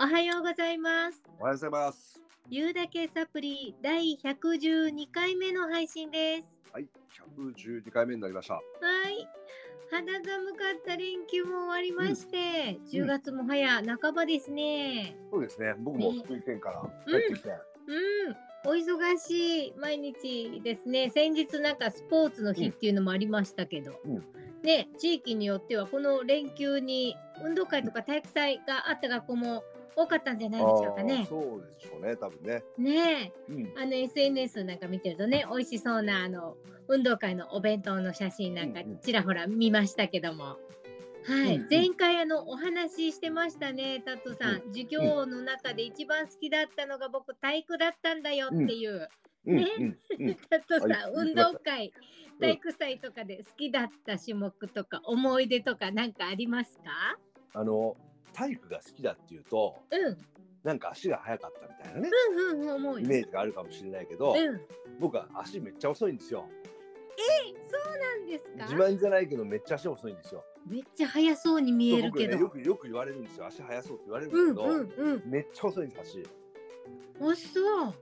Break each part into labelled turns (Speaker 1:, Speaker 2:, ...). Speaker 1: おはようございます。
Speaker 2: おはようございます。
Speaker 1: ゆうだけサプリ第112回目の配信です。
Speaker 2: はい、112回目になりました。
Speaker 1: はい。肌寒かった連休も終わりまして、10月も早半ばですね。
Speaker 2: そうですね。僕も
Speaker 1: ね
Speaker 2: 福井県から
Speaker 1: うん
Speaker 2: 帰ってきて、
Speaker 1: うん。お忙しい毎日ですね。先日なんかスポーツの日っていうのもありましたけど、
Speaker 2: うん
Speaker 1: ね、地域によってはこの連休に運動会とか体育祭があった学校も多かったんじゃないでしょうか
Speaker 2: あー
Speaker 1: ね。
Speaker 2: そうでしょうね、多分ね。
Speaker 1: ねえ。
Speaker 2: うん。
Speaker 1: あの SNS なんか見てるとね美味しそうなあの運動会のお弁当の写真なんか
Speaker 2: うんうん
Speaker 1: ちらほら見ましたけども、はい、
Speaker 2: うんうん
Speaker 1: 前回あのお話ししてましたねタットさん、授業の中で一番好きだったのが僕体育だったんだよっていう、
Speaker 2: うん、
Speaker 1: ね
Speaker 2: うん、うん。
Speaker 1: タットさん
Speaker 2: あ言
Speaker 1: 運
Speaker 2: ってました
Speaker 1: 動会
Speaker 2: ん
Speaker 1: 体育祭とかで好きだった種目とか思い出とかなんかありますか
Speaker 2: あの、体育が好きだっていうと、
Speaker 1: うん
Speaker 2: なんか足が速かったみたいなね、
Speaker 1: うんうん思う
Speaker 2: イ
Speaker 1: よ、
Speaker 2: メージがあるかもしれないけど、
Speaker 1: うん
Speaker 2: 僕は足めっちゃ遅いんですよ。
Speaker 1: そうなんです
Speaker 2: 自
Speaker 1: か
Speaker 2: 慢じゃないけど、めっちゃ足遅いんですよ。
Speaker 1: めっちゃ速そうに見える
Speaker 2: 僕
Speaker 1: け
Speaker 2: ね、
Speaker 1: ど、
Speaker 2: よくよく言われるんですよ。足速そうって言われる
Speaker 1: うんん
Speaker 2: だ
Speaker 1: う
Speaker 2: け
Speaker 1: んうん
Speaker 2: ど、めっちゃ遅いんです、足。
Speaker 1: あ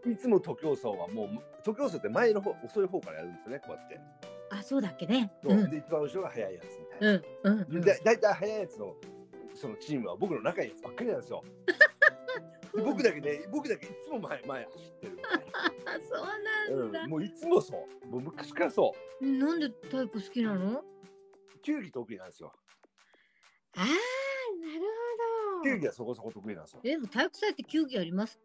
Speaker 1: そう。
Speaker 2: いつも徒競走はもう、徒競走って前の方、遅い方からやるんですよね、こうやって。
Speaker 1: あ、そうだっけね。、
Speaker 2: そううんで一番後ろが速いやつみたいな。
Speaker 1: うん、うん、うん。
Speaker 2: だだいたい速いやつのそのチームは僕の仲いいやつばっかりなんです よ。で僕だけね、僕だけいつも前前走って るみたい
Speaker 1: あ、そうなんだ
Speaker 2: な、うん。。もういつもそう。もう昔からそ
Speaker 1: なんで体育好きなの。
Speaker 2: う。球技得意なんですよ。
Speaker 1: ああ、なるほ
Speaker 2: 球
Speaker 1: ど。
Speaker 2: 技はそこそこ得意なんですよ。
Speaker 1: え、でも体育祭って球技あります。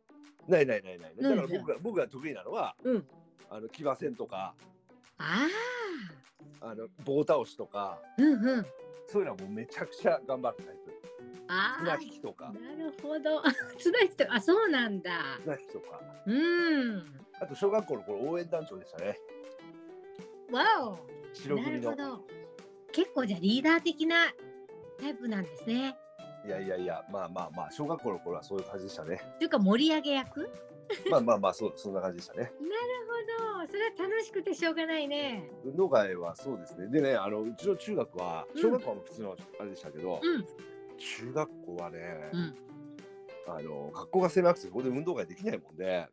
Speaker 2: ないないないない。だから
Speaker 1: なんで
Speaker 2: 僕が僕が得意なのは、
Speaker 1: うん
Speaker 2: あの騎馬戦とか、
Speaker 1: ああ。
Speaker 2: あの棒倒しとか、
Speaker 1: うん、うん。
Speaker 2: そういうのはもうめちゃくちゃ頑張るタイプ。
Speaker 1: あ
Speaker 2: 綱引
Speaker 1: あ。
Speaker 2: きとか、
Speaker 1: なるほど。 あ綱引きとか、あ、そうなんだ。
Speaker 2: 綱引きとか。
Speaker 1: うん。
Speaker 2: あと小学校の頃応援団長でしたね。
Speaker 1: わお。
Speaker 2: 白
Speaker 1: な
Speaker 2: 組
Speaker 1: る
Speaker 2: の
Speaker 1: ほ。ど。結構じゃあリーダー的なタイプなんですね。
Speaker 2: いやいやいや、まあまあまあ、小学校の頃はそういう感じでしたね。
Speaker 1: というか盛り上げ役。なる
Speaker 2: まあまあまあ、そう、そんな感じでしたね。
Speaker 1: ほど。それは楽しくてしょうがないね。
Speaker 2: 運動会はそうですね。でね、あの、うちの中学は、
Speaker 1: うん
Speaker 2: 小学校も普通のあれでしたけど、
Speaker 1: うん。
Speaker 2: 中学校はね、
Speaker 1: うん。
Speaker 2: あの、学校が狭くて、そこで運動会できないもんで、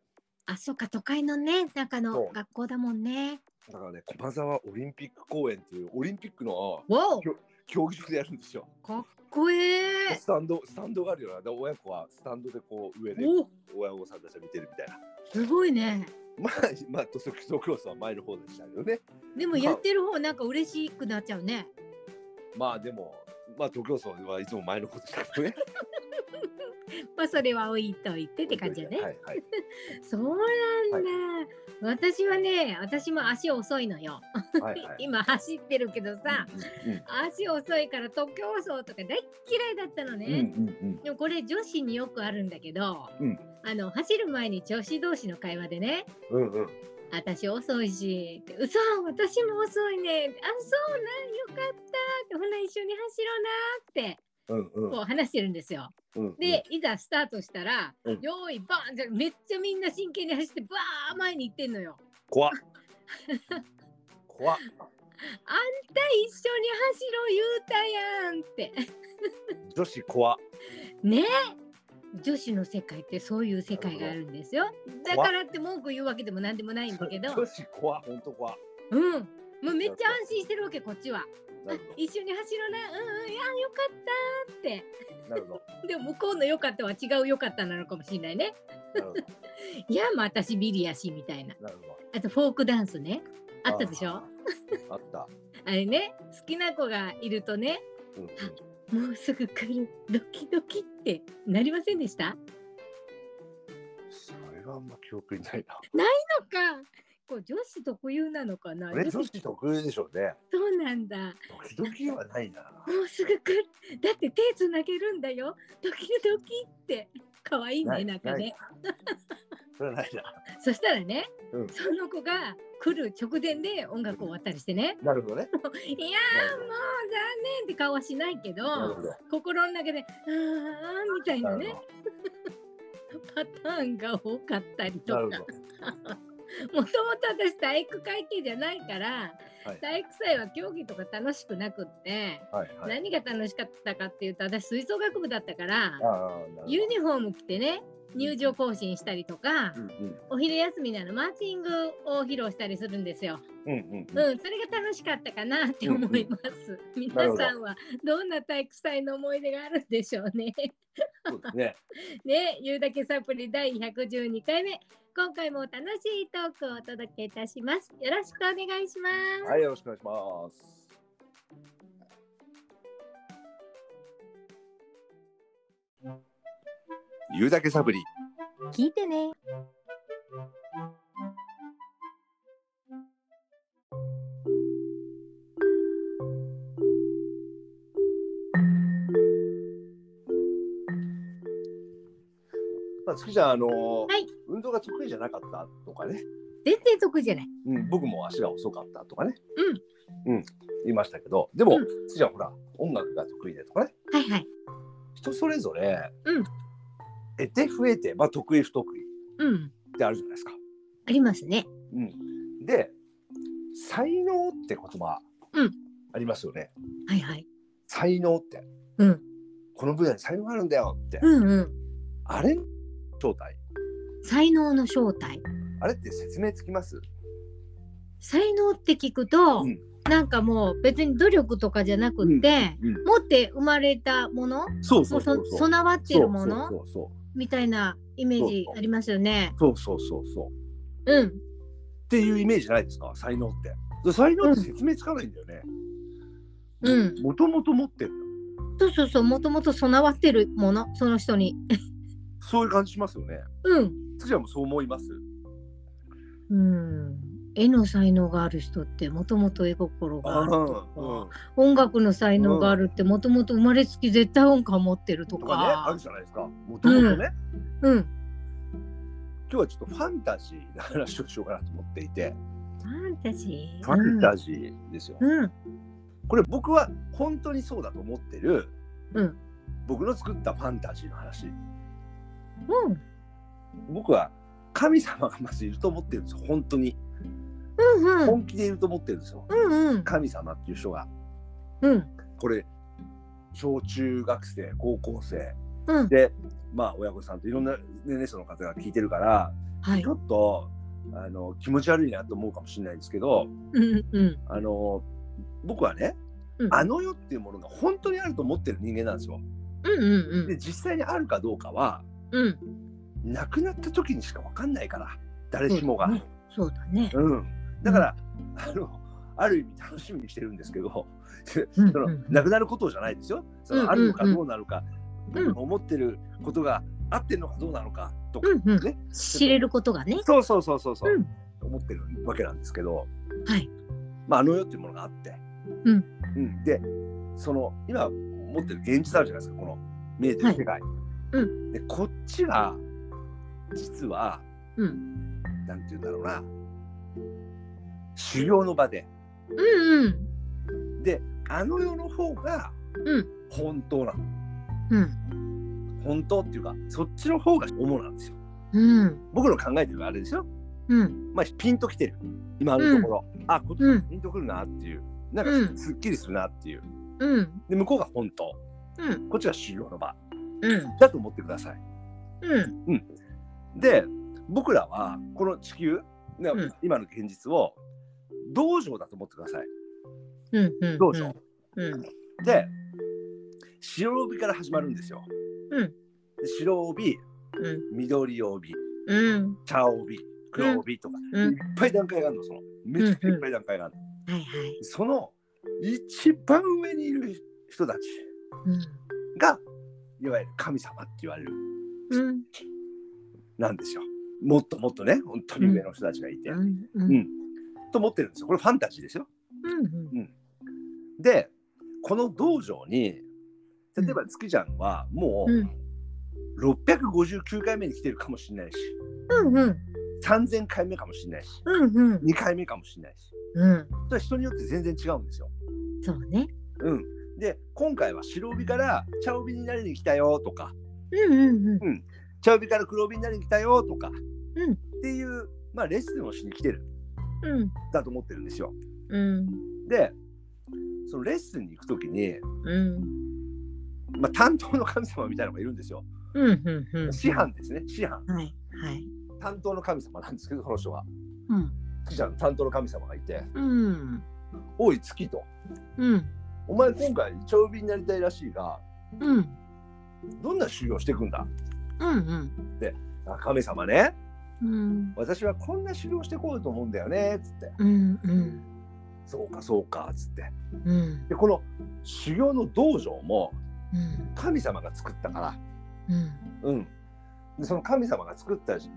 Speaker 1: あ、そうか、都会のね、中
Speaker 2: そ
Speaker 1: の
Speaker 2: う
Speaker 1: 学校だもんね。
Speaker 2: だからね、駒沢オリンピック公園っていう、オリンピックの
Speaker 1: わお、
Speaker 2: きょ競技場でやるんですよ。
Speaker 1: かっこええ
Speaker 2: スタンド、スタンドがあるような、で親子はスタンドでこう、上で、
Speaker 1: お、
Speaker 2: 親御さんたちが見てるみたいな。
Speaker 1: すごいね。
Speaker 2: まあ、まあ、塗装クロスは前の方でしたけどね。
Speaker 1: でも
Speaker 2: まあ
Speaker 1: やってる方なんか嬉しくなっちゃうね。
Speaker 2: まあでも、まあ、徒競走はいつも前の方でしたけどね。
Speaker 1: まあそれは置いといてって感じよね。
Speaker 2: はいはい。
Speaker 1: そうなんだ、私はね、私も足遅いのよ。
Speaker 2: はいはい。
Speaker 1: 今走ってるけどさ、
Speaker 2: うんうん
Speaker 1: 足遅いから徒競走とか大っ嫌いだったのね。
Speaker 2: うんうんうん
Speaker 1: でもこれ女子によくあるんだけど、
Speaker 2: うん
Speaker 1: あの走る前に女子同士の会話でね、
Speaker 2: うんうん
Speaker 1: 私遅いし、って嘘、私も遅いね。あ、そうなん、よかった。ほな、一緒に走ろうなって、
Speaker 2: うんうん
Speaker 1: こう話してるんですよ。
Speaker 2: うん
Speaker 1: で、いざスタートしたら、
Speaker 2: うん
Speaker 1: 用意バーンってめっちゃみんな真剣に走って、バー前に行ってんのよ。
Speaker 2: 怖っ怖っ
Speaker 1: で、一緒に走ろう言うたやんって。
Speaker 2: 女子怖っ
Speaker 1: ねえ女子の世界ってそういう世界があるんですよ。だからって文句言うわけでもなんでもないんだけど、
Speaker 2: 女子怖っ本当怖っ
Speaker 1: うん。もうめっちゃ安心してるわけ、こっちは。
Speaker 2: なるほ
Speaker 1: 一緒に走ろうな、うんうん、いや、よかったーって。
Speaker 2: どなるほど
Speaker 1: でも向こうの良かったは違う良かったなのかもしれないね。
Speaker 2: なるほど
Speaker 1: いや、まあ私ビリやしみたいな。
Speaker 2: なるほど
Speaker 1: あとフォークダンスね。あったでしょ
Speaker 2: あ
Speaker 1: あ
Speaker 2: ーあった
Speaker 1: れね、好きな子がいるとね、
Speaker 2: うんうん
Speaker 1: もうすぐ来る、ドキドキってなりませんでした
Speaker 2: それはあんま記憶にないな
Speaker 1: なんか、こう女子特有なのかな
Speaker 2: これ女子得意でしょうね
Speaker 1: そうなんだ。
Speaker 2: 時々はないな
Speaker 1: もうすぐ来る。だって手つなげるんだよ。ドキドキって。可愛い
Speaker 2: な
Speaker 1: ね、
Speaker 2: い
Speaker 1: なんかね。
Speaker 2: ないそれはないな
Speaker 1: そしたらね、
Speaker 2: うん
Speaker 1: その子が来る直前で音楽終わったりしてね。
Speaker 2: なるほどね
Speaker 1: いやーもう残念って顔はしないけど
Speaker 2: なるほど
Speaker 1: 心の中で「あー」みたい
Speaker 2: な
Speaker 1: な
Speaker 2: る
Speaker 1: ね
Speaker 2: ほ
Speaker 1: パターンが多かったり
Speaker 2: どな
Speaker 1: と
Speaker 2: る
Speaker 1: か
Speaker 2: ほ
Speaker 1: もともと私体育会系じゃないから、
Speaker 2: はい
Speaker 1: 体育祭は競技とか楽しくなくって、
Speaker 2: はいはい。
Speaker 1: 何が楽しかったかっていうと私吹奏楽部だったから
Speaker 2: ああ、なる
Speaker 1: ユニフォーム着てね入場行進したりとか、
Speaker 2: ほど。うん
Speaker 1: お昼休みなのマーチングを披露したりするんですよ。
Speaker 2: うんうん
Speaker 1: う
Speaker 2: うん
Speaker 1: ん、それが楽しかったかなって思います。皆さんはどんな体育祭の思い出があるんでしょうね。
Speaker 2: そうですね。
Speaker 1: ね、ゆうだけサプリ第112回目。今回も楽しいトークをお届けいたします。よろしくお願いします。
Speaker 2: はい、よろしくお願いします。言うだけサブリ。
Speaker 1: 聞いてね。
Speaker 2: まあ、つきちゃん、あのー
Speaker 1: はい
Speaker 2: 運動が得意じゃなかったとかね、
Speaker 1: 全然得意じゃない。
Speaker 2: うん、僕も足が遅かったとかね、うん、言いましたけど、で
Speaker 1: う
Speaker 2: も、
Speaker 1: ん
Speaker 2: つきちゃん、ほら、音楽が得意でとかね、
Speaker 1: はいはい。
Speaker 2: 人それぞれ、
Speaker 1: うん、
Speaker 2: 得て増えて、まあ、得意不得意っ
Speaker 1: うん。
Speaker 2: てあるじゃないですか。
Speaker 1: ありますね。
Speaker 2: うん、で、才能って言葉、
Speaker 1: うん
Speaker 2: ありますよね。
Speaker 1: はいはい。
Speaker 2: 才能って、
Speaker 1: うん。
Speaker 2: この分野に才能があるんだよって、
Speaker 1: うんうん。
Speaker 2: あれ正体
Speaker 1: 才能の正体。
Speaker 2: あれって説明つきます
Speaker 1: 才能って聞くと、
Speaker 2: うん
Speaker 1: なんかもう別に努力とかじゃなくって、
Speaker 2: うん
Speaker 1: 持って生まれたもの、
Speaker 2: そう
Speaker 1: もうそ
Speaker 2: そう
Speaker 1: 備わっているもの
Speaker 2: そうそう
Speaker 1: みたいなイメージありますよね。
Speaker 2: そうそうそうそうそう
Speaker 1: うん。
Speaker 2: っていうイメージないですか才能ってで才能って説明つかないんだよね
Speaker 1: うん
Speaker 2: もともと持ってる
Speaker 1: そうそうそう、もともと備わってるもの、その人に。
Speaker 2: そういう感じしますよね
Speaker 1: うん。
Speaker 2: つきちゃんもそう思います
Speaker 1: うん。絵の才能がある人ってもともと絵心があるとか、
Speaker 2: うん
Speaker 1: 音楽の才能があるってもともと生まれつき絶対音感持ってると
Speaker 2: とかねあ
Speaker 1: か
Speaker 2: る。じゃないですかもとも
Speaker 1: うん
Speaker 2: とね、今
Speaker 1: うん。
Speaker 2: 日はちょっとファンタジーな話をしようかなと思っていて、
Speaker 1: ファンタジー。
Speaker 2: ファンタジーですよ、
Speaker 1: うん。
Speaker 2: これ僕は本当にそうだと思ってる、
Speaker 1: うん
Speaker 2: 僕の作ったファンタジーの話
Speaker 1: うん。
Speaker 2: 僕は神様がまずいると思ってるんですよ本当に
Speaker 1: うん。うん。
Speaker 2: 本気でいると思ってるんですよ
Speaker 1: うん。うん。
Speaker 2: 神様っていう人が
Speaker 1: うん。
Speaker 2: これ小中学生高校生
Speaker 1: うん。
Speaker 2: でまあ親御さんといろんな年齢層の方が聞いてるから
Speaker 1: はい
Speaker 2: ち。ょっとあの気持ち悪いなと思うかもしれないですけど
Speaker 1: うん。うん。
Speaker 2: あの僕はね、
Speaker 1: うん
Speaker 2: あの世っていうものが本当にあると思ってる人間なんですよ。
Speaker 1: うん。うん。
Speaker 2: で実際にあるかどうかは
Speaker 1: うん。うん。
Speaker 2: 亡くなった時にしか分かんないから誰しもが。
Speaker 1: そうだね。
Speaker 2: うん、だから、あのある意味楽しみにしてるんですけど
Speaker 1: う
Speaker 2: そ
Speaker 1: ん
Speaker 2: の
Speaker 1: うん
Speaker 2: なくなることじゃないですよ。そ
Speaker 1: うん
Speaker 2: のあるのか
Speaker 1: うん
Speaker 2: どうなのか、
Speaker 1: うん
Speaker 2: 僕の思ってることが合ってるのかどうなのかとか、
Speaker 1: うん。うん
Speaker 2: ね。
Speaker 1: 知れることがね。
Speaker 2: そうそうそうそうそう、
Speaker 1: うん
Speaker 2: 思ってるわけなんですけど、
Speaker 1: はい。
Speaker 2: まあ、あの世っていうものがあって、
Speaker 1: うん
Speaker 2: うんでその今持ってる現実あるじゃないですかこの見えてる世界。
Speaker 1: う
Speaker 2: でこっちが実は
Speaker 1: うん。
Speaker 2: なんて言うんだろうな修行の場で。
Speaker 1: うん。うん。
Speaker 2: であの世の方が
Speaker 1: うん
Speaker 2: 本当なの、
Speaker 1: うん。
Speaker 2: 本当っていうかそっちの方が主なんですよ
Speaker 1: うん。
Speaker 2: 僕の考えてるのはあれですよ
Speaker 1: うん。
Speaker 2: まあピンときてる今のところ、あこっち
Speaker 1: う
Speaker 2: が
Speaker 1: ん
Speaker 2: ピンとくるなっていうなんか
Speaker 1: うん
Speaker 2: すっきりするなっていう
Speaker 1: うん。
Speaker 2: で向こうが本当
Speaker 1: うん。
Speaker 2: こっちが修行の場
Speaker 1: うん。
Speaker 2: だと思ってください
Speaker 1: うん。
Speaker 2: で僕らはこの地球、ね
Speaker 1: うん
Speaker 2: 今の現実を道場だと思ってください
Speaker 1: うん。うん。
Speaker 2: 道場、
Speaker 1: うん。
Speaker 2: で白帯から始まるんですよ、
Speaker 1: うん
Speaker 2: で白帯
Speaker 1: うん。
Speaker 2: 緑帯
Speaker 1: うん。
Speaker 2: 茶帯黒帯とか、
Speaker 1: うん
Speaker 2: いっぱい段階があるのそのめっちゃいっぱい段階があるの、
Speaker 1: はいはい。
Speaker 2: その一番上にいる人たち
Speaker 1: うん。
Speaker 2: がいわゆる神様って言われる
Speaker 1: うん。
Speaker 2: なんですよもっともっとね本当に上の人たちがいて、
Speaker 1: うん。う。
Speaker 2: うんんと思ってるんですよこれファンタジーですよ
Speaker 1: うん。
Speaker 2: でこの道場に例えば月ちゃんはも
Speaker 1: うん
Speaker 2: う659回目に来てるかもしれないし
Speaker 1: うん。うん。
Speaker 2: 3000回目かもしれないし
Speaker 1: うん。うん。
Speaker 2: 2回目かもしれないし
Speaker 1: うん。
Speaker 2: それは人によって全然違うんですよ
Speaker 1: そうね。
Speaker 2: うん、で今回は白帯から茶帯になりに来たよとか
Speaker 1: うん。うん。うん。
Speaker 2: 茶帯から黒帯になりに来たよとか、
Speaker 1: うん
Speaker 2: っていうまあレッスンをしに来てる
Speaker 1: うん
Speaker 2: だと思ってるんですよ。
Speaker 1: うん
Speaker 2: でそのレッスンに行く時に、
Speaker 1: うん
Speaker 2: まあ、担当の神様みたいなのがいるんですよ。
Speaker 1: うんうんうん
Speaker 2: 師範ですね師範
Speaker 1: はいはい
Speaker 2: 担当の神様なんですけどその人は。
Speaker 1: うん
Speaker 2: 月ちゃんの担当の神様がいて
Speaker 1: うん
Speaker 2: 「おい月」と
Speaker 1: うん
Speaker 2: 「お前今回長瓶になりたいらしいが
Speaker 1: うん
Speaker 2: どんな修行してくんだ?
Speaker 1: うん」
Speaker 2: あ神様ね
Speaker 1: うん
Speaker 2: 私はこんな修行してこうと思うんだよね」つって
Speaker 1: うんうん
Speaker 2: 「そうかそうか」つって
Speaker 1: うん
Speaker 2: でこの修行の道場も
Speaker 1: うん
Speaker 2: 神様が作ったから
Speaker 1: うん
Speaker 2: うんでその神様が作ったじ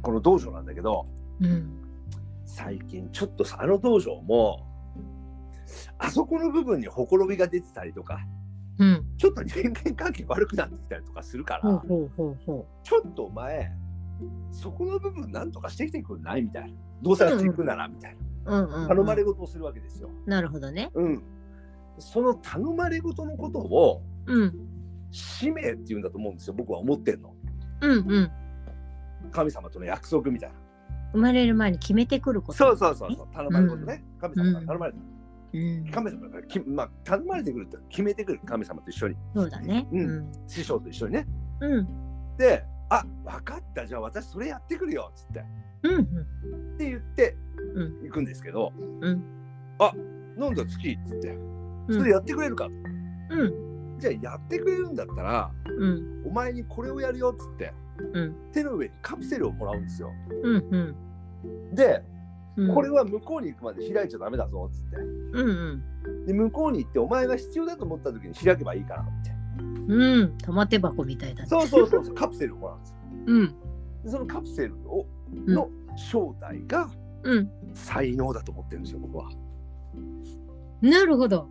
Speaker 2: この道場なんだけど
Speaker 1: うん
Speaker 2: 最近ちょっとさあの道場もあそこの部分にほころびが出てたりとか
Speaker 1: うん
Speaker 2: ちょっと人間関係悪くなってきたりとかするか
Speaker 1: ほ
Speaker 2: ら、
Speaker 1: うほうほうほ
Speaker 2: ちょっとお前そこの部分なんとかしてきてくんないみたいなどうせあっち行くならみたいな
Speaker 1: ううんうんうん
Speaker 2: 頼まれ事をするわけですよ。
Speaker 1: なるほどね
Speaker 2: うん、その頼まれ事のことを
Speaker 1: うん
Speaker 2: 使命っていうんだと思うんですよ僕は思ってんの
Speaker 1: うんうん
Speaker 2: 神様との約束みたいな。
Speaker 1: 生まれる前に決めてくること
Speaker 2: そうそうそうそう頼まれ事ね、神様から頼まれて、
Speaker 1: うん
Speaker 2: 神様からき、まあ、頼まれてくるって決めてくる神様と一緒に
Speaker 1: そうだね
Speaker 2: うん
Speaker 1: うん
Speaker 2: 師匠と一緒にね。
Speaker 1: うん
Speaker 2: で「あ分かったじゃあ私それやってくるよ」っつって
Speaker 1: うん
Speaker 2: って言って
Speaker 1: う
Speaker 2: 行くんですけど「
Speaker 1: うん
Speaker 2: あなんだ月」っつって「
Speaker 1: うん
Speaker 2: それやってくれるか」
Speaker 1: うん
Speaker 2: じゃあやってくれるんだったら
Speaker 1: うん
Speaker 2: お前にこれをやるよ」っつって
Speaker 1: うん
Speaker 2: 手の上にカプセルをもらうんですよ。
Speaker 1: うんうん
Speaker 2: で
Speaker 1: うん
Speaker 2: これは向こうに行くまで開いちゃダメだぞっつって
Speaker 1: うん
Speaker 2: で向こうに行ってお前が必要だと思った時に開けばいいからって
Speaker 1: うんうん玉手箱みたいだね
Speaker 2: そうそうそうそうカプセルをもらうんですよ。
Speaker 1: うん
Speaker 2: でそのカプセルを
Speaker 1: うん
Speaker 2: の正体が
Speaker 1: うん
Speaker 2: 才能だと思ってるんですよ僕は。
Speaker 1: なるほど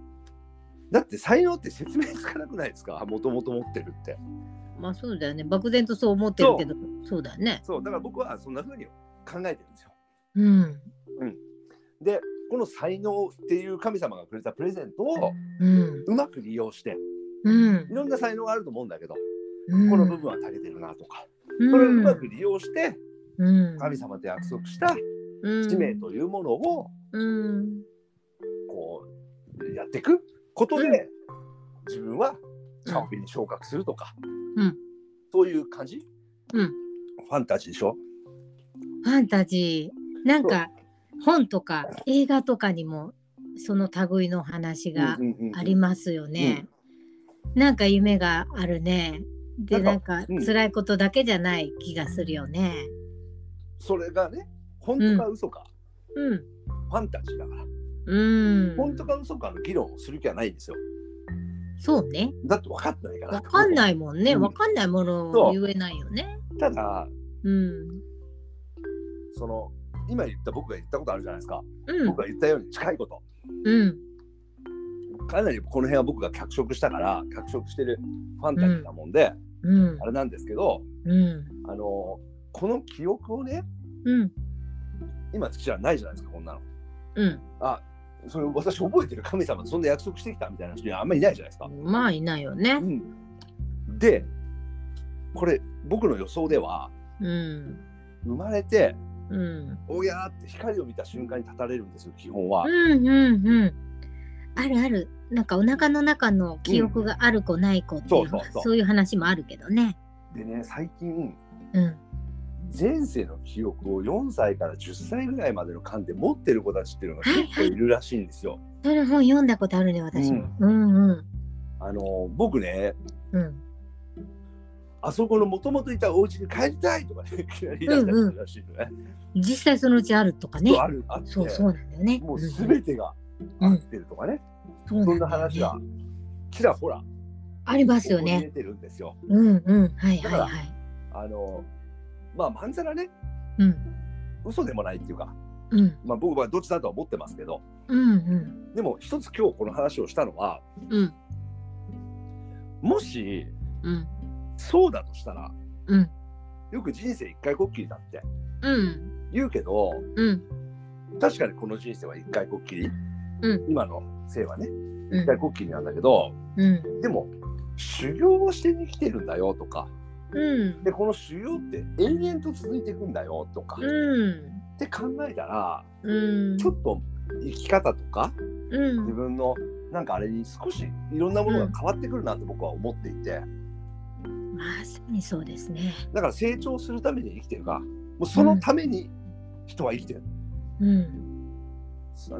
Speaker 2: だって才能って説明つかなくないですかもともと持ってるって。
Speaker 1: まあそうだよね漠然とそう思ってるけどそうだよね
Speaker 2: そうだから僕はそんな風に考えてるんですよ。
Speaker 1: うん
Speaker 2: でこの才能っていう神様がくれたプレゼントを
Speaker 1: うん
Speaker 2: うまく利用して
Speaker 1: うん
Speaker 2: いろんな才能があると思うんだけど
Speaker 1: うん
Speaker 2: この部分はたけてるなとか
Speaker 1: うん
Speaker 2: それをうまく利用して
Speaker 1: うん
Speaker 2: 神様と約束した使命というものを
Speaker 1: うん
Speaker 2: こうやっていくこと
Speaker 1: う
Speaker 2: で自分はカオピに昇格するとか
Speaker 1: うん
Speaker 2: そういう感じ
Speaker 1: うん
Speaker 2: ファンタジーでしょ
Speaker 1: ファンタジーなんか本とか映画とかにもその類の話が
Speaker 2: うんうんうんうん
Speaker 1: ありますよね。なんか夢があるね。で
Speaker 2: な
Speaker 1: なんん
Speaker 2: か
Speaker 1: か
Speaker 2: うん
Speaker 1: 辛いことだけじゃない気がするよね。
Speaker 2: それがね本当か嘘か
Speaker 1: うん。
Speaker 2: ファンタジーだから
Speaker 1: うん。
Speaker 2: 本当か嘘かの議論をする気はないんですよ
Speaker 1: そうね。
Speaker 2: だって分かってないから
Speaker 1: わかんないいもんね。
Speaker 2: うん
Speaker 1: わかんないもの
Speaker 2: そ
Speaker 1: を
Speaker 2: う
Speaker 1: 言えないよね。
Speaker 2: ただ
Speaker 1: うん。
Speaker 2: その今言った僕が言ったことあるじゃないですか、
Speaker 1: うん
Speaker 2: 僕。が言ったように近いこと
Speaker 1: うん。
Speaker 2: かなりこの辺は僕が脚色したから脚色してるファンタジーなもんで、
Speaker 1: うん
Speaker 2: あ。れなんですけど
Speaker 1: うん。
Speaker 2: あのこの記憶をね
Speaker 1: うん。
Speaker 2: 今月ちゃんないじゃないですかこんなの
Speaker 1: うん。
Speaker 2: あそれ私覚えてる神様とそんな約束してきたみたいな人にあんまりいないじゃないですか、
Speaker 1: まあいないよね
Speaker 2: う。ん、でこれ僕の予想では
Speaker 1: うん。
Speaker 2: 生まれて
Speaker 1: うん。
Speaker 2: おやーって光を見た瞬間に立たれるんですよ基本は、
Speaker 1: うんうんうん。あるある。なんかお腹の中の記憶がある子ない子っていう、
Speaker 2: そうそうそう
Speaker 1: そういう話もあるけどね。
Speaker 2: でね最近
Speaker 1: うん。
Speaker 2: 前世の記憶を4歳から10歳ぐらいまでの間で持ってる子たちっていうのが結構いるらしいんですよ。
Speaker 1: それ本読んだことあるね、私も。うんうん。
Speaker 2: あの僕ね
Speaker 1: うん。
Speaker 2: あそこのもともといたお家に帰りたいとかね いきなり言い出したりするらしいのね。
Speaker 1: 実際そのうちあるとかね
Speaker 2: そう。あるあって
Speaker 1: そうそうなんだよね。
Speaker 2: もうん全てが合ってるとかね、
Speaker 1: そう
Speaker 2: そ
Speaker 1: なんんだ
Speaker 2: な
Speaker 1: よね
Speaker 2: 話がちらほら
Speaker 1: ありますよ
Speaker 2: 見え
Speaker 1: ね。
Speaker 2: てるんですよ。
Speaker 1: うんうん。はいはい
Speaker 2: だ
Speaker 1: は
Speaker 2: か
Speaker 1: い。
Speaker 2: あのまあまんざらね
Speaker 1: うん
Speaker 2: 嘘でもないっていうか、
Speaker 1: うん
Speaker 2: まあ、僕はどっちだとは思ってますけど
Speaker 1: うん
Speaker 2: でも一つ今日この話をしたのは
Speaker 1: うんうん
Speaker 2: もし
Speaker 1: うん
Speaker 2: そうだとしたら
Speaker 1: うん
Speaker 2: よく人生一回こっきりだって
Speaker 1: うん
Speaker 2: 言うけど
Speaker 1: うん
Speaker 2: 確かにこの人生は一回こっきり、
Speaker 1: うん
Speaker 2: 今の生はね
Speaker 1: う
Speaker 2: 一回こっきりなんだけど、
Speaker 1: ん
Speaker 2: でも修行をして生きてるんだよとか
Speaker 1: うん
Speaker 2: でこの腫瘍って延々と続いていくんだよとか、っ
Speaker 1: うん
Speaker 2: て考えたら
Speaker 1: うん
Speaker 2: ちょっと生き方とか
Speaker 1: う
Speaker 2: 自
Speaker 1: ん
Speaker 2: 分のなんかあれに少しいろんなものが変わってくるなって僕は思っていて
Speaker 1: まさにそうですね
Speaker 2: だから成長するために生きてるがもうそのために人は生きてる、
Speaker 1: うん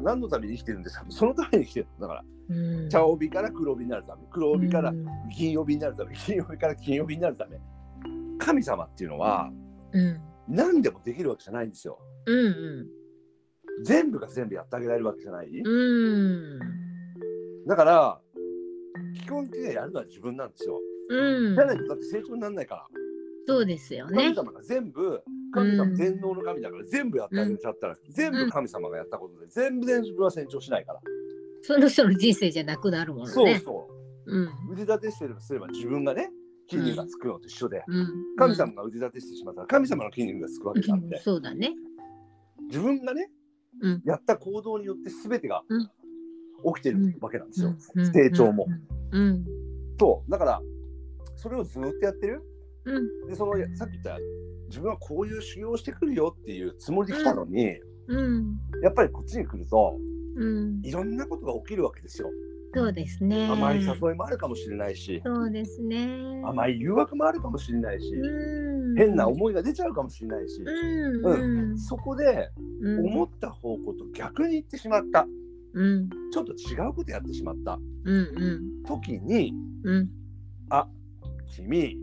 Speaker 2: 何のために生きてるんですかそのために生きてるだから
Speaker 1: うん
Speaker 2: 茶帯から黒帯になるため黒帯から
Speaker 1: うん
Speaker 2: 金帯になるため金帯から金帯になるため神様っていうのは
Speaker 1: うん
Speaker 2: 何でもできるわけじゃないんですよ
Speaker 1: うん
Speaker 2: 全部が全部やってあげられるわけじゃない
Speaker 1: うん
Speaker 2: だから基本的にはやるのは自分なんですよ
Speaker 1: うん
Speaker 2: じゃないとだって成長にならないから
Speaker 1: そうですよね
Speaker 2: 神様が全部神
Speaker 1: う
Speaker 2: 様
Speaker 1: ん
Speaker 2: 全能の神だから全部やってあげちゃったら全部神様がやったことで全部全部は成長しないから
Speaker 1: その人の人生じゃなくなるものね
Speaker 2: そうそう
Speaker 1: うん
Speaker 2: 腕立てしてればすれば自分がね筋肉がつくのと一緒で
Speaker 1: うん
Speaker 2: 神様が腕立てしてしまったら神様の筋肉がつくわけであっ
Speaker 1: うん
Speaker 2: て
Speaker 1: そうだね
Speaker 2: 自分がね
Speaker 1: うん
Speaker 2: やった行動によって全てが
Speaker 1: うん
Speaker 2: 起きてるわけなんですよ
Speaker 1: うんうん
Speaker 2: 成長も。
Speaker 1: うん
Speaker 2: そうだからそれをずっとやってる
Speaker 1: うん
Speaker 2: でそのさっき言った自分はこういう修行をしてくるよっていうつもりで来たのに、
Speaker 1: うん
Speaker 2: やっぱりこっちに来ると
Speaker 1: うん
Speaker 2: いろんなことが起きるわけですよ。
Speaker 1: そうですね
Speaker 2: 甘い誘いもあるかもしれないし、
Speaker 1: そうですね
Speaker 2: 甘い誘惑もあるかもしれないし、
Speaker 1: うん
Speaker 2: 変な思いが出ちゃうかもしれないし、
Speaker 1: うん
Speaker 2: うん
Speaker 1: うん
Speaker 2: そこで
Speaker 1: うん
Speaker 2: 思った方向と逆に行ってしまった、
Speaker 1: うん
Speaker 2: ちょっと違うことやってしまった
Speaker 1: うんうん
Speaker 2: 時に、
Speaker 1: うん
Speaker 2: 君、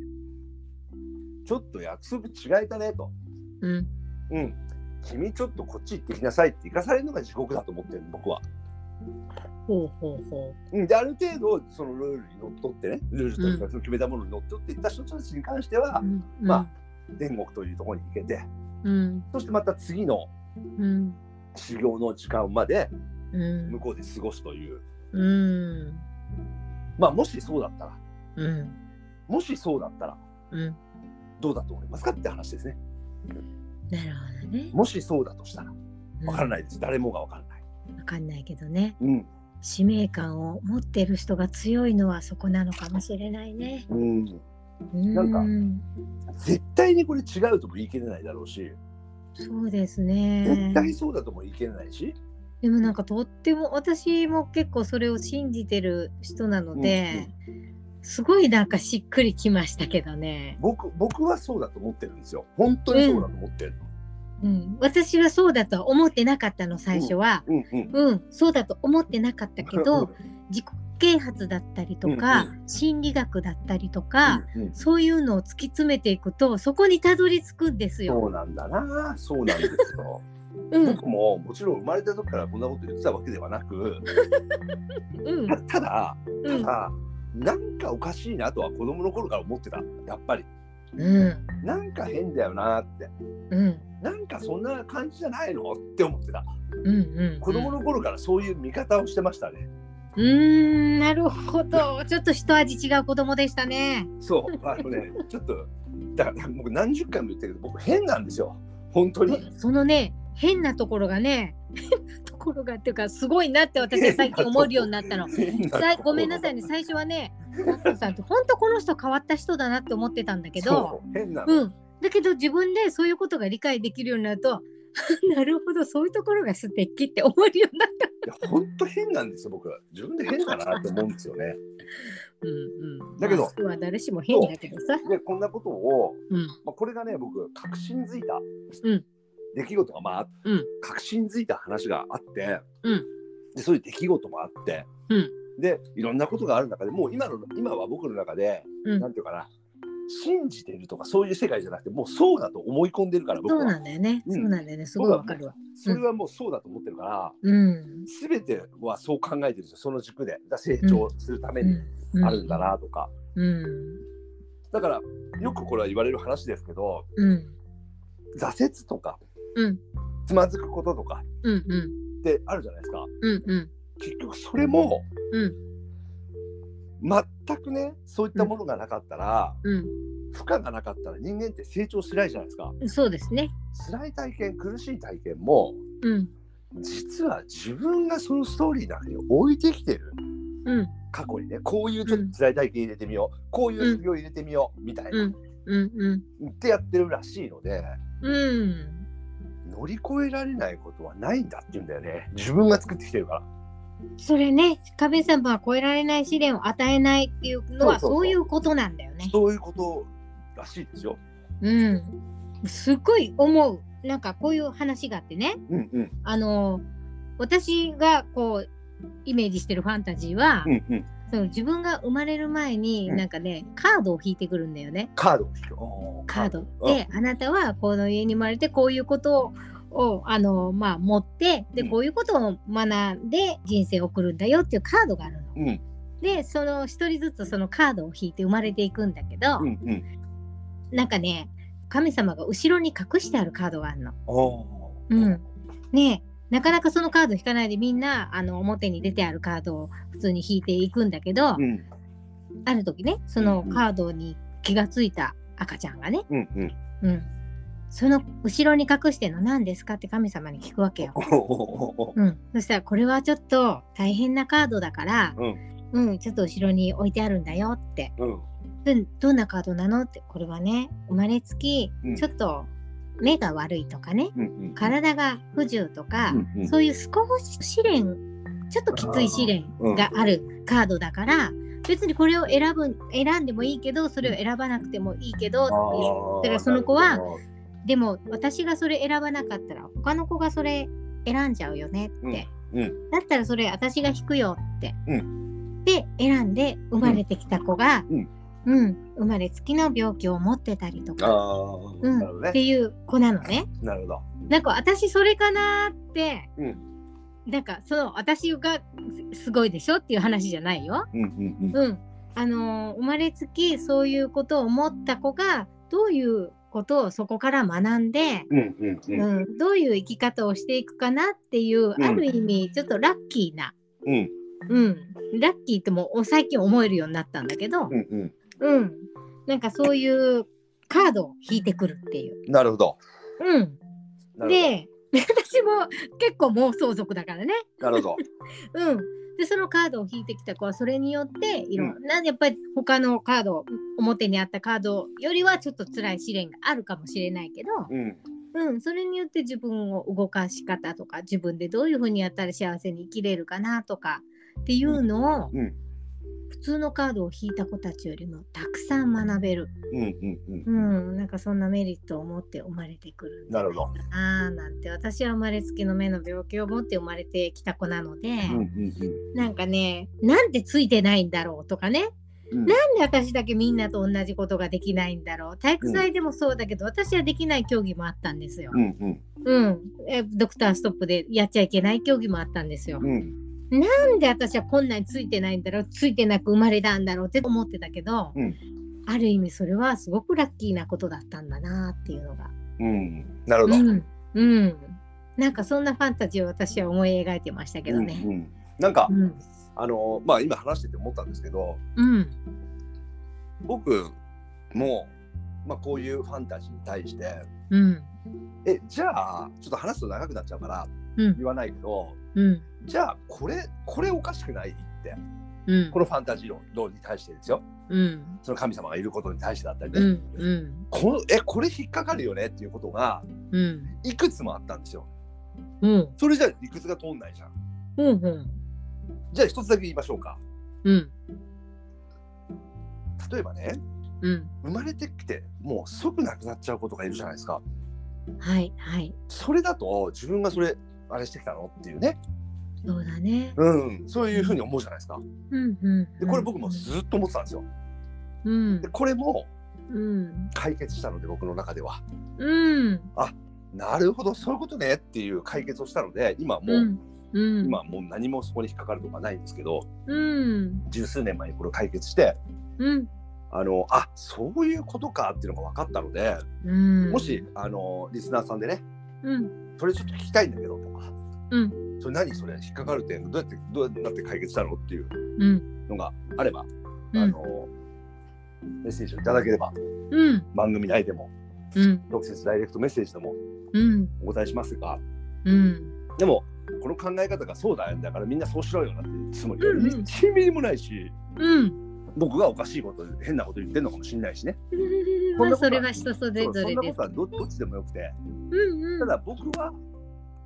Speaker 2: ちょっと約束違えたねと。
Speaker 1: うん
Speaker 2: うん。君ちょっとこっち行ってきなさいって行かされるのが地獄だと思ってるの僕は。
Speaker 1: ほうほうほ
Speaker 2: うん、である程度そのルールにのっとってねルールというかその決めたものにのっとっていった人たちに関しては
Speaker 1: う、うん
Speaker 2: ま天国というところに行けて
Speaker 1: うん
Speaker 2: そしてまた次の
Speaker 1: うん
Speaker 2: 修行の時間まで
Speaker 1: うん
Speaker 2: 向こうで過ごすという
Speaker 1: うん
Speaker 2: まあもしそうだったら
Speaker 1: うん
Speaker 2: もしそうだったら
Speaker 1: うん
Speaker 2: どうだと思いますかって話ですね
Speaker 1: なるほどね。
Speaker 2: もしそうだとしたらわから
Speaker 1: い。
Speaker 2: ないです誰もがわからない、
Speaker 1: わかんないけどね。
Speaker 2: うん
Speaker 1: 使命感を持ってる人が強いのはそこなのかもしれないね。
Speaker 2: うん、
Speaker 1: うん
Speaker 2: か絶対にこれ違うとも言い切れないだろうし
Speaker 1: そうです
Speaker 2: 絶
Speaker 1: ね。
Speaker 2: 対そうだとも言い切れないし、
Speaker 1: でもなんかとっても私も結構それを信じてる人なので、すごいなんかしっくりきましたけどね。
Speaker 2: 僕僕はそうだと思ってるんですよ本当にそうだと思ってる、
Speaker 1: うん、私はそうだとは思ってなかったの最初は。
Speaker 2: うんうん、
Speaker 1: うん、そうだと思ってなかったけ
Speaker 2: う
Speaker 1: ど
Speaker 2: ん、
Speaker 1: 自己啓発だったりとか、
Speaker 2: う
Speaker 1: 心理学だったりとか、
Speaker 2: うんうん
Speaker 1: そういうのを突き詰めていくとそこにたどり着くんです
Speaker 2: そ
Speaker 1: よ。
Speaker 2: うなんだなそうなんですよ
Speaker 1: うん
Speaker 2: 僕ももちろん生まれた時からこんなこと言ってたわけではなく
Speaker 1: うん
Speaker 2: たただ
Speaker 1: う
Speaker 2: た
Speaker 1: ん
Speaker 2: だ、なんかおかしいなとは子供の頃から思ってたやっぱり
Speaker 1: うん
Speaker 2: なんか変だよなって
Speaker 1: うん
Speaker 2: なんかそんな感じじゃないのって思ってた
Speaker 1: うんうん
Speaker 2: 子供の頃からそういう見方をしてましたね、
Speaker 1: うーんなるほどちょっと一味違う子供でしたね。
Speaker 2: そうあのねちょっとだから僕何十回も言ってるけど僕変なんですよ本当に
Speaker 1: そのね変なところがね変なところがっていうかすごいなって私は最近思えるようになったの。
Speaker 2: 変なとこ
Speaker 1: さいごめんなさいね最初はねマッコさんって本当この人変わった人だなって思ってたんだけど。
Speaker 2: そう変なの、
Speaker 1: うん、だけど自分でそういうことが理解できるようになると なるほどそういうところが素敵って思えるようになった。
Speaker 2: いや本当変なんですよ僕自分で変だなって思うんですよね
Speaker 1: うんうん、
Speaker 2: だけど
Speaker 1: マスクは誰しも変だけどさ。
Speaker 2: でこんなことを、
Speaker 1: うん
Speaker 2: まあ、これがね僕確信づいた
Speaker 1: うん
Speaker 2: 出来事がまあ、
Speaker 1: うん
Speaker 2: 確信づいた話があって、
Speaker 1: うん
Speaker 2: でそういう出来事もあって、
Speaker 1: うん
Speaker 2: でいろんなことがある中でもう今の今は僕の中で、
Speaker 1: うん
Speaker 2: なんていうかな信じてるとかそういう世界じゃなくてもうそうだと思い込んでるから僕
Speaker 1: そうな
Speaker 2: は
Speaker 1: んだよね、
Speaker 2: うん
Speaker 1: そうなんだよねすごいわかるわ。
Speaker 2: それはもうそうだと思ってるから、
Speaker 1: うん
Speaker 2: 全てはそう考えてるんですよその軸でだから成長するためにあるんだ。なとか、
Speaker 1: うん
Speaker 2: だからよくこれは言われる話ですけど
Speaker 1: うん
Speaker 2: 挫折とか
Speaker 1: うん
Speaker 2: つまずくこととか
Speaker 1: うんうん
Speaker 2: ってあるじゃないですか
Speaker 1: うんうん
Speaker 2: 結局それも、
Speaker 1: うん
Speaker 2: 全くねそういったものがなかったら、
Speaker 1: うん
Speaker 2: 負荷がなかったら人間って成長しないじゃないですか
Speaker 1: うんそうですね。
Speaker 2: 辛い体験苦しい体験も
Speaker 1: うん
Speaker 2: 実は自分がそのストーリーの中に置いてきてる
Speaker 1: うん
Speaker 2: 過去にねこういうちょっと辛い体験入れてみよう、こういう修行入れてみよう、みたいな、
Speaker 1: うんうんうん
Speaker 2: ってやってるらしいので
Speaker 1: うん
Speaker 2: 乗り越えられないことはないんだって言うんだよね自分が作ってきてるから
Speaker 1: それね壁さんは越えられない試練を与えないっていうのは
Speaker 2: そうそうそう
Speaker 1: そういうことなんだよね。
Speaker 2: そういうことらしいですよ。
Speaker 1: うん、すっごい思うなんかこういう話があってね
Speaker 2: うんうん
Speaker 1: あの私がこうイメージしてるファンタジーは、
Speaker 2: うんうん
Speaker 1: その自分が生まれる前に
Speaker 2: うん
Speaker 1: なんかね、カードを引いてくるんだよね
Speaker 2: カードを引くおー
Speaker 1: カード。
Speaker 2: うん
Speaker 1: であなたはこの家に生まれてこういうことををあのまあ、持ってで
Speaker 2: うん
Speaker 1: こういうことを学んで人生を送るんだよっていうカードがあるの。
Speaker 2: うん
Speaker 1: でその一人ずつそのカードを引いて生まれていくんだけど、
Speaker 2: うんうん
Speaker 1: なんかね神様が後ろに隠してあるカードがあるの。
Speaker 2: おー
Speaker 1: うん、ねえなかなかそのカード引かないでみんなあの表に出てあるカードを普通に引いていくんだけど、
Speaker 2: うん
Speaker 1: ある時ねその
Speaker 2: うんうん
Speaker 1: カードに気がついた赤ちゃんがね、
Speaker 2: うんうん
Speaker 1: うん、その後ろに隠してんの何ですかって神様に聞くわけよ。
Speaker 2: おーおーおー
Speaker 1: うん、そしたらこれはちょっと大変なカードだから、
Speaker 2: うん
Speaker 1: うん、ちょっと後ろに置いてあるんだよって
Speaker 2: うん
Speaker 1: でどんなカードなのってこれはね生まれつき
Speaker 2: うん
Speaker 1: ちょっと目が悪いとかね
Speaker 2: うんうん
Speaker 1: 体が不自由とか、
Speaker 2: うんうん
Speaker 1: そういう少し試練ちょっときつい試練があるカードだから、別にこれを選ぶ選んでもいいけどそれを選ばなくてもいいけどっていう
Speaker 2: あー
Speaker 1: だからその子は
Speaker 2: なるほど
Speaker 1: でも私がそれ選ばなかったら他の子がそれ選んじゃうよねって、
Speaker 2: うんう
Speaker 1: だったらそれ私が引くよって、
Speaker 2: う
Speaker 1: で選んで生まれてきた子が、
Speaker 2: うん
Speaker 1: うん生まれつきの病気を持ってたりとか、
Speaker 2: あー
Speaker 1: うん
Speaker 2: なるほど
Speaker 1: っ
Speaker 2: ね
Speaker 1: ていう子なのね。
Speaker 2: なるほど
Speaker 1: なんか私それかなーって、
Speaker 2: う
Speaker 1: なんかその私がすすごいでしょっていう話じゃないよ。
Speaker 2: うんうん
Speaker 1: うん、あのー生まれつきそういうことを持った子がどういうことをそこから学んで、
Speaker 2: うんうんうんうん
Speaker 1: うん、どういう生き方をしていくかなっていう、
Speaker 2: うん
Speaker 1: ある意味ちょっとラッキーな、
Speaker 2: うん
Speaker 1: うん、ラッキーとも最近思えるようになったんだけど、
Speaker 2: うんうん
Speaker 1: うん、なんかそういうカードを引いてくるっていう。
Speaker 2: なるほど
Speaker 1: うん、
Speaker 2: なるほど
Speaker 1: で 私も結構妄想族だからね。
Speaker 2: なるほど
Speaker 1: うん、でそのカードを引いてきた子はそれによっていろんな、やっぱり他のカード表にあったカードよりはちょっと辛い試練があるかもしれないけど、
Speaker 2: うん
Speaker 1: うん、それによって自分を動かし方とか自分でどういうふうにやったら幸せに生きれるかなとかっていうのを、
Speaker 2: うん
Speaker 1: 普通のカードを引いた子たちよりもたくさん学べる、
Speaker 2: うんうんうん
Speaker 1: うん、なんかそんなメリットを持って生まれてくるんだ
Speaker 2: なるほど
Speaker 1: なあなんて私は生まれつきの目の病気を持って生まれてきた子なので、
Speaker 2: うんうん
Speaker 1: なんかねなんでついてないんだろうとかね
Speaker 2: うん
Speaker 1: なんで私だけみんなと同じことができないんだろう体育祭でもそうだけど、私はできない競技もあったんですよ。
Speaker 2: うんうん
Speaker 1: うん、えドクターストップでやっちゃいけない競技もあったんですよ。
Speaker 2: うん
Speaker 1: なんで私はこんなについてないんだろうついてなく生まれたんだろうって思ってたけど、
Speaker 2: うん
Speaker 1: ある意味それはすごくラッキーなことだったんだなっていうのが、
Speaker 2: うんなるほ
Speaker 1: う
Speaker 2: ど
Speaker 1: んうん、なんかそんなファンタジーを私は思い描いてましたけど
Speaker 2: う
Speaker 1: ね。
Speaker 2: んうんなんか
Speaker 1: うん
Speaker 2: あのまあ今話してて思ったんですけど
Speaker 1: うん
Speaker 2: 僕もまあこういうファンタジーに対して
Speaker 1: うん
Speaker 2: えじゃあちょっと話すと長くなっちゃうから
Speaker 1: うん
Speaker 2: 言わないけど
Speaker 1: うん
Speaker 2: じゃあこれこれおかしくないって
Speaker 1: うん
Speaker 2: このファンタジー論論に対してですよ
Speaker 1: うん
Speaker 2: その神様がいることに対してだったりね、
Speaker 1: うんうん
Speaker 2: このえこれ引っかかるよねっていうことが
Speaker 1: うん
Speaker 2: いくつもあったんですよ
Speaker 1: うん
Speaker 2: それじゃ理屈が通んないじゃん
Speaker 1: うんうん
Speaker 2: じゃあ一つだけ言いましょうか
Speaker 1: うん
Speaker 2: 例えばね
Speaker 1: うん
Speaker 2: 生まれてきてもう即亡くなっちゃうことがいるじゃないですか
Speaker 1: はいはい
Speaker 2: それだと自分がそれあれしてきたのっていうね、
Speaker 1: そうだね。
Speaker 2: うん、そういうふうに思うじゃないですか
Speaker 1: うんうん
Speaker 2: でこれ僕もずっと思ってたんですよ
Speaker 1: うん
Speaker 2: でこれも
Speaker 1: うん
Speaker 2: 解決したので僕の中では
Speaker 1: うん
Speaker 2: なるほどそういうことねっていう解決をしたので今もう、
Speaker 1: うんうん
Speaker 2: 今もう何もそこに引っかかるとかないんですけど
Speaker 1: うん
Speaker 2: 十数年前にこれを解決して
Speaker 1: うん
Speaker 2: あのあそういうことかっていうのが分かったので、
Speaker 1: うん
Speaker 2: もしあのリスナーさんでね
Speaker 1: うん
Speaker 2: それちょっと聞きたいんだけどとか、
Speaker 1: うん
Speaker 2: それ何それ引っかかる点どうやってどうやって解決したのっていう
Speaker 1: うん
Speaker 2: のがあれば、
Speaker 1: うん
Speaker 2: あのメッセージをいただければ
Speaker 1: うん
Speaker 2: 番組内でも
Speaker 1: うん
Speaker 2: 直接ダイレクトメッセージでも
Speaker 1: うん
Speaker 2: お答えしますが
Speaker 1: うん
Speaker 2: でもこの考え方がそうだよだからみんなそうしろよなっていうつもり
Speaker 1: うんうん
Speaker 2: 1ミリもないし、
Speaker 1: うん
Speaker 2: 僕がおかしいこと変なこと言ってるのかもしれないしね
Speaker 1: れはそれは人それ
Speaker 2: そう
Speaker 1: ぞ
Speaker 2: そん
Speaker 1: れ
Speaker 2: な
Speaker 1: で
Speaker 2: こ
Speaker 1: す
Speaker 2: と。はどどっちでもよくて、
Speaker 1: うんう
Speaker 2: た
Speaker 1: ん
Speaker 2: だ僕は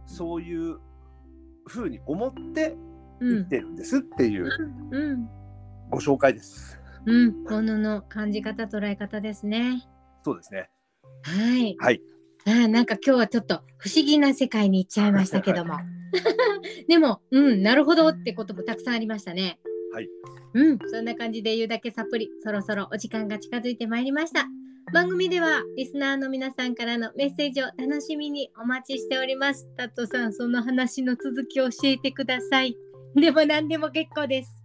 Speaker 2: そういうふうに思って
Speaker 1: う
Speaker 2: 生
Speaker 1: ん
Speaker 2: きてるんですっていう
Speaker 1: うん
Speaker 2: ご紹介です。
Speaker 1: うんものの感じ方捉え方ですね。
Speaker 2: そうですね。
Speaker 1: はい。
Speaker 2: はい。
Speaker 1: あーなんか今日はちょっと不思議な世界に行っちゃいましたけども。 でも、うん、なるほどってこともたくさんありましたね。
Speaker 2: はい。
Speaker 1: うん、そんな感じで言うだけサプリ、そろそろお時間が近づいてまいりました。番組ではリスナーの皆さんからのメッセージを楽しみにお待ちしております。タットさん、その話の続きを教えてください。でも何でも結構です。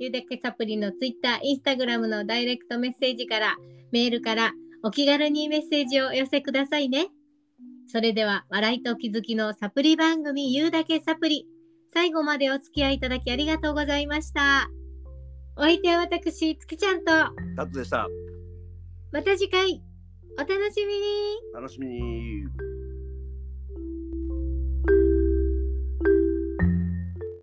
Speaker 1: ゆうだけサプリのツイッター、インスタグラムのダイレクトメッセージから、メールからお気軽にメッセージをお寄せくださいね。それでは、笑いと気づきのサプリ番組、ゆうだけサプリ。最後までお付き合いいただきありがとうございました。お相手は私、つきちゃんと、
Speaker 2: タットでした。
Speaker 1: また次回、お楽しみに
Speaker 2: 楽しみに。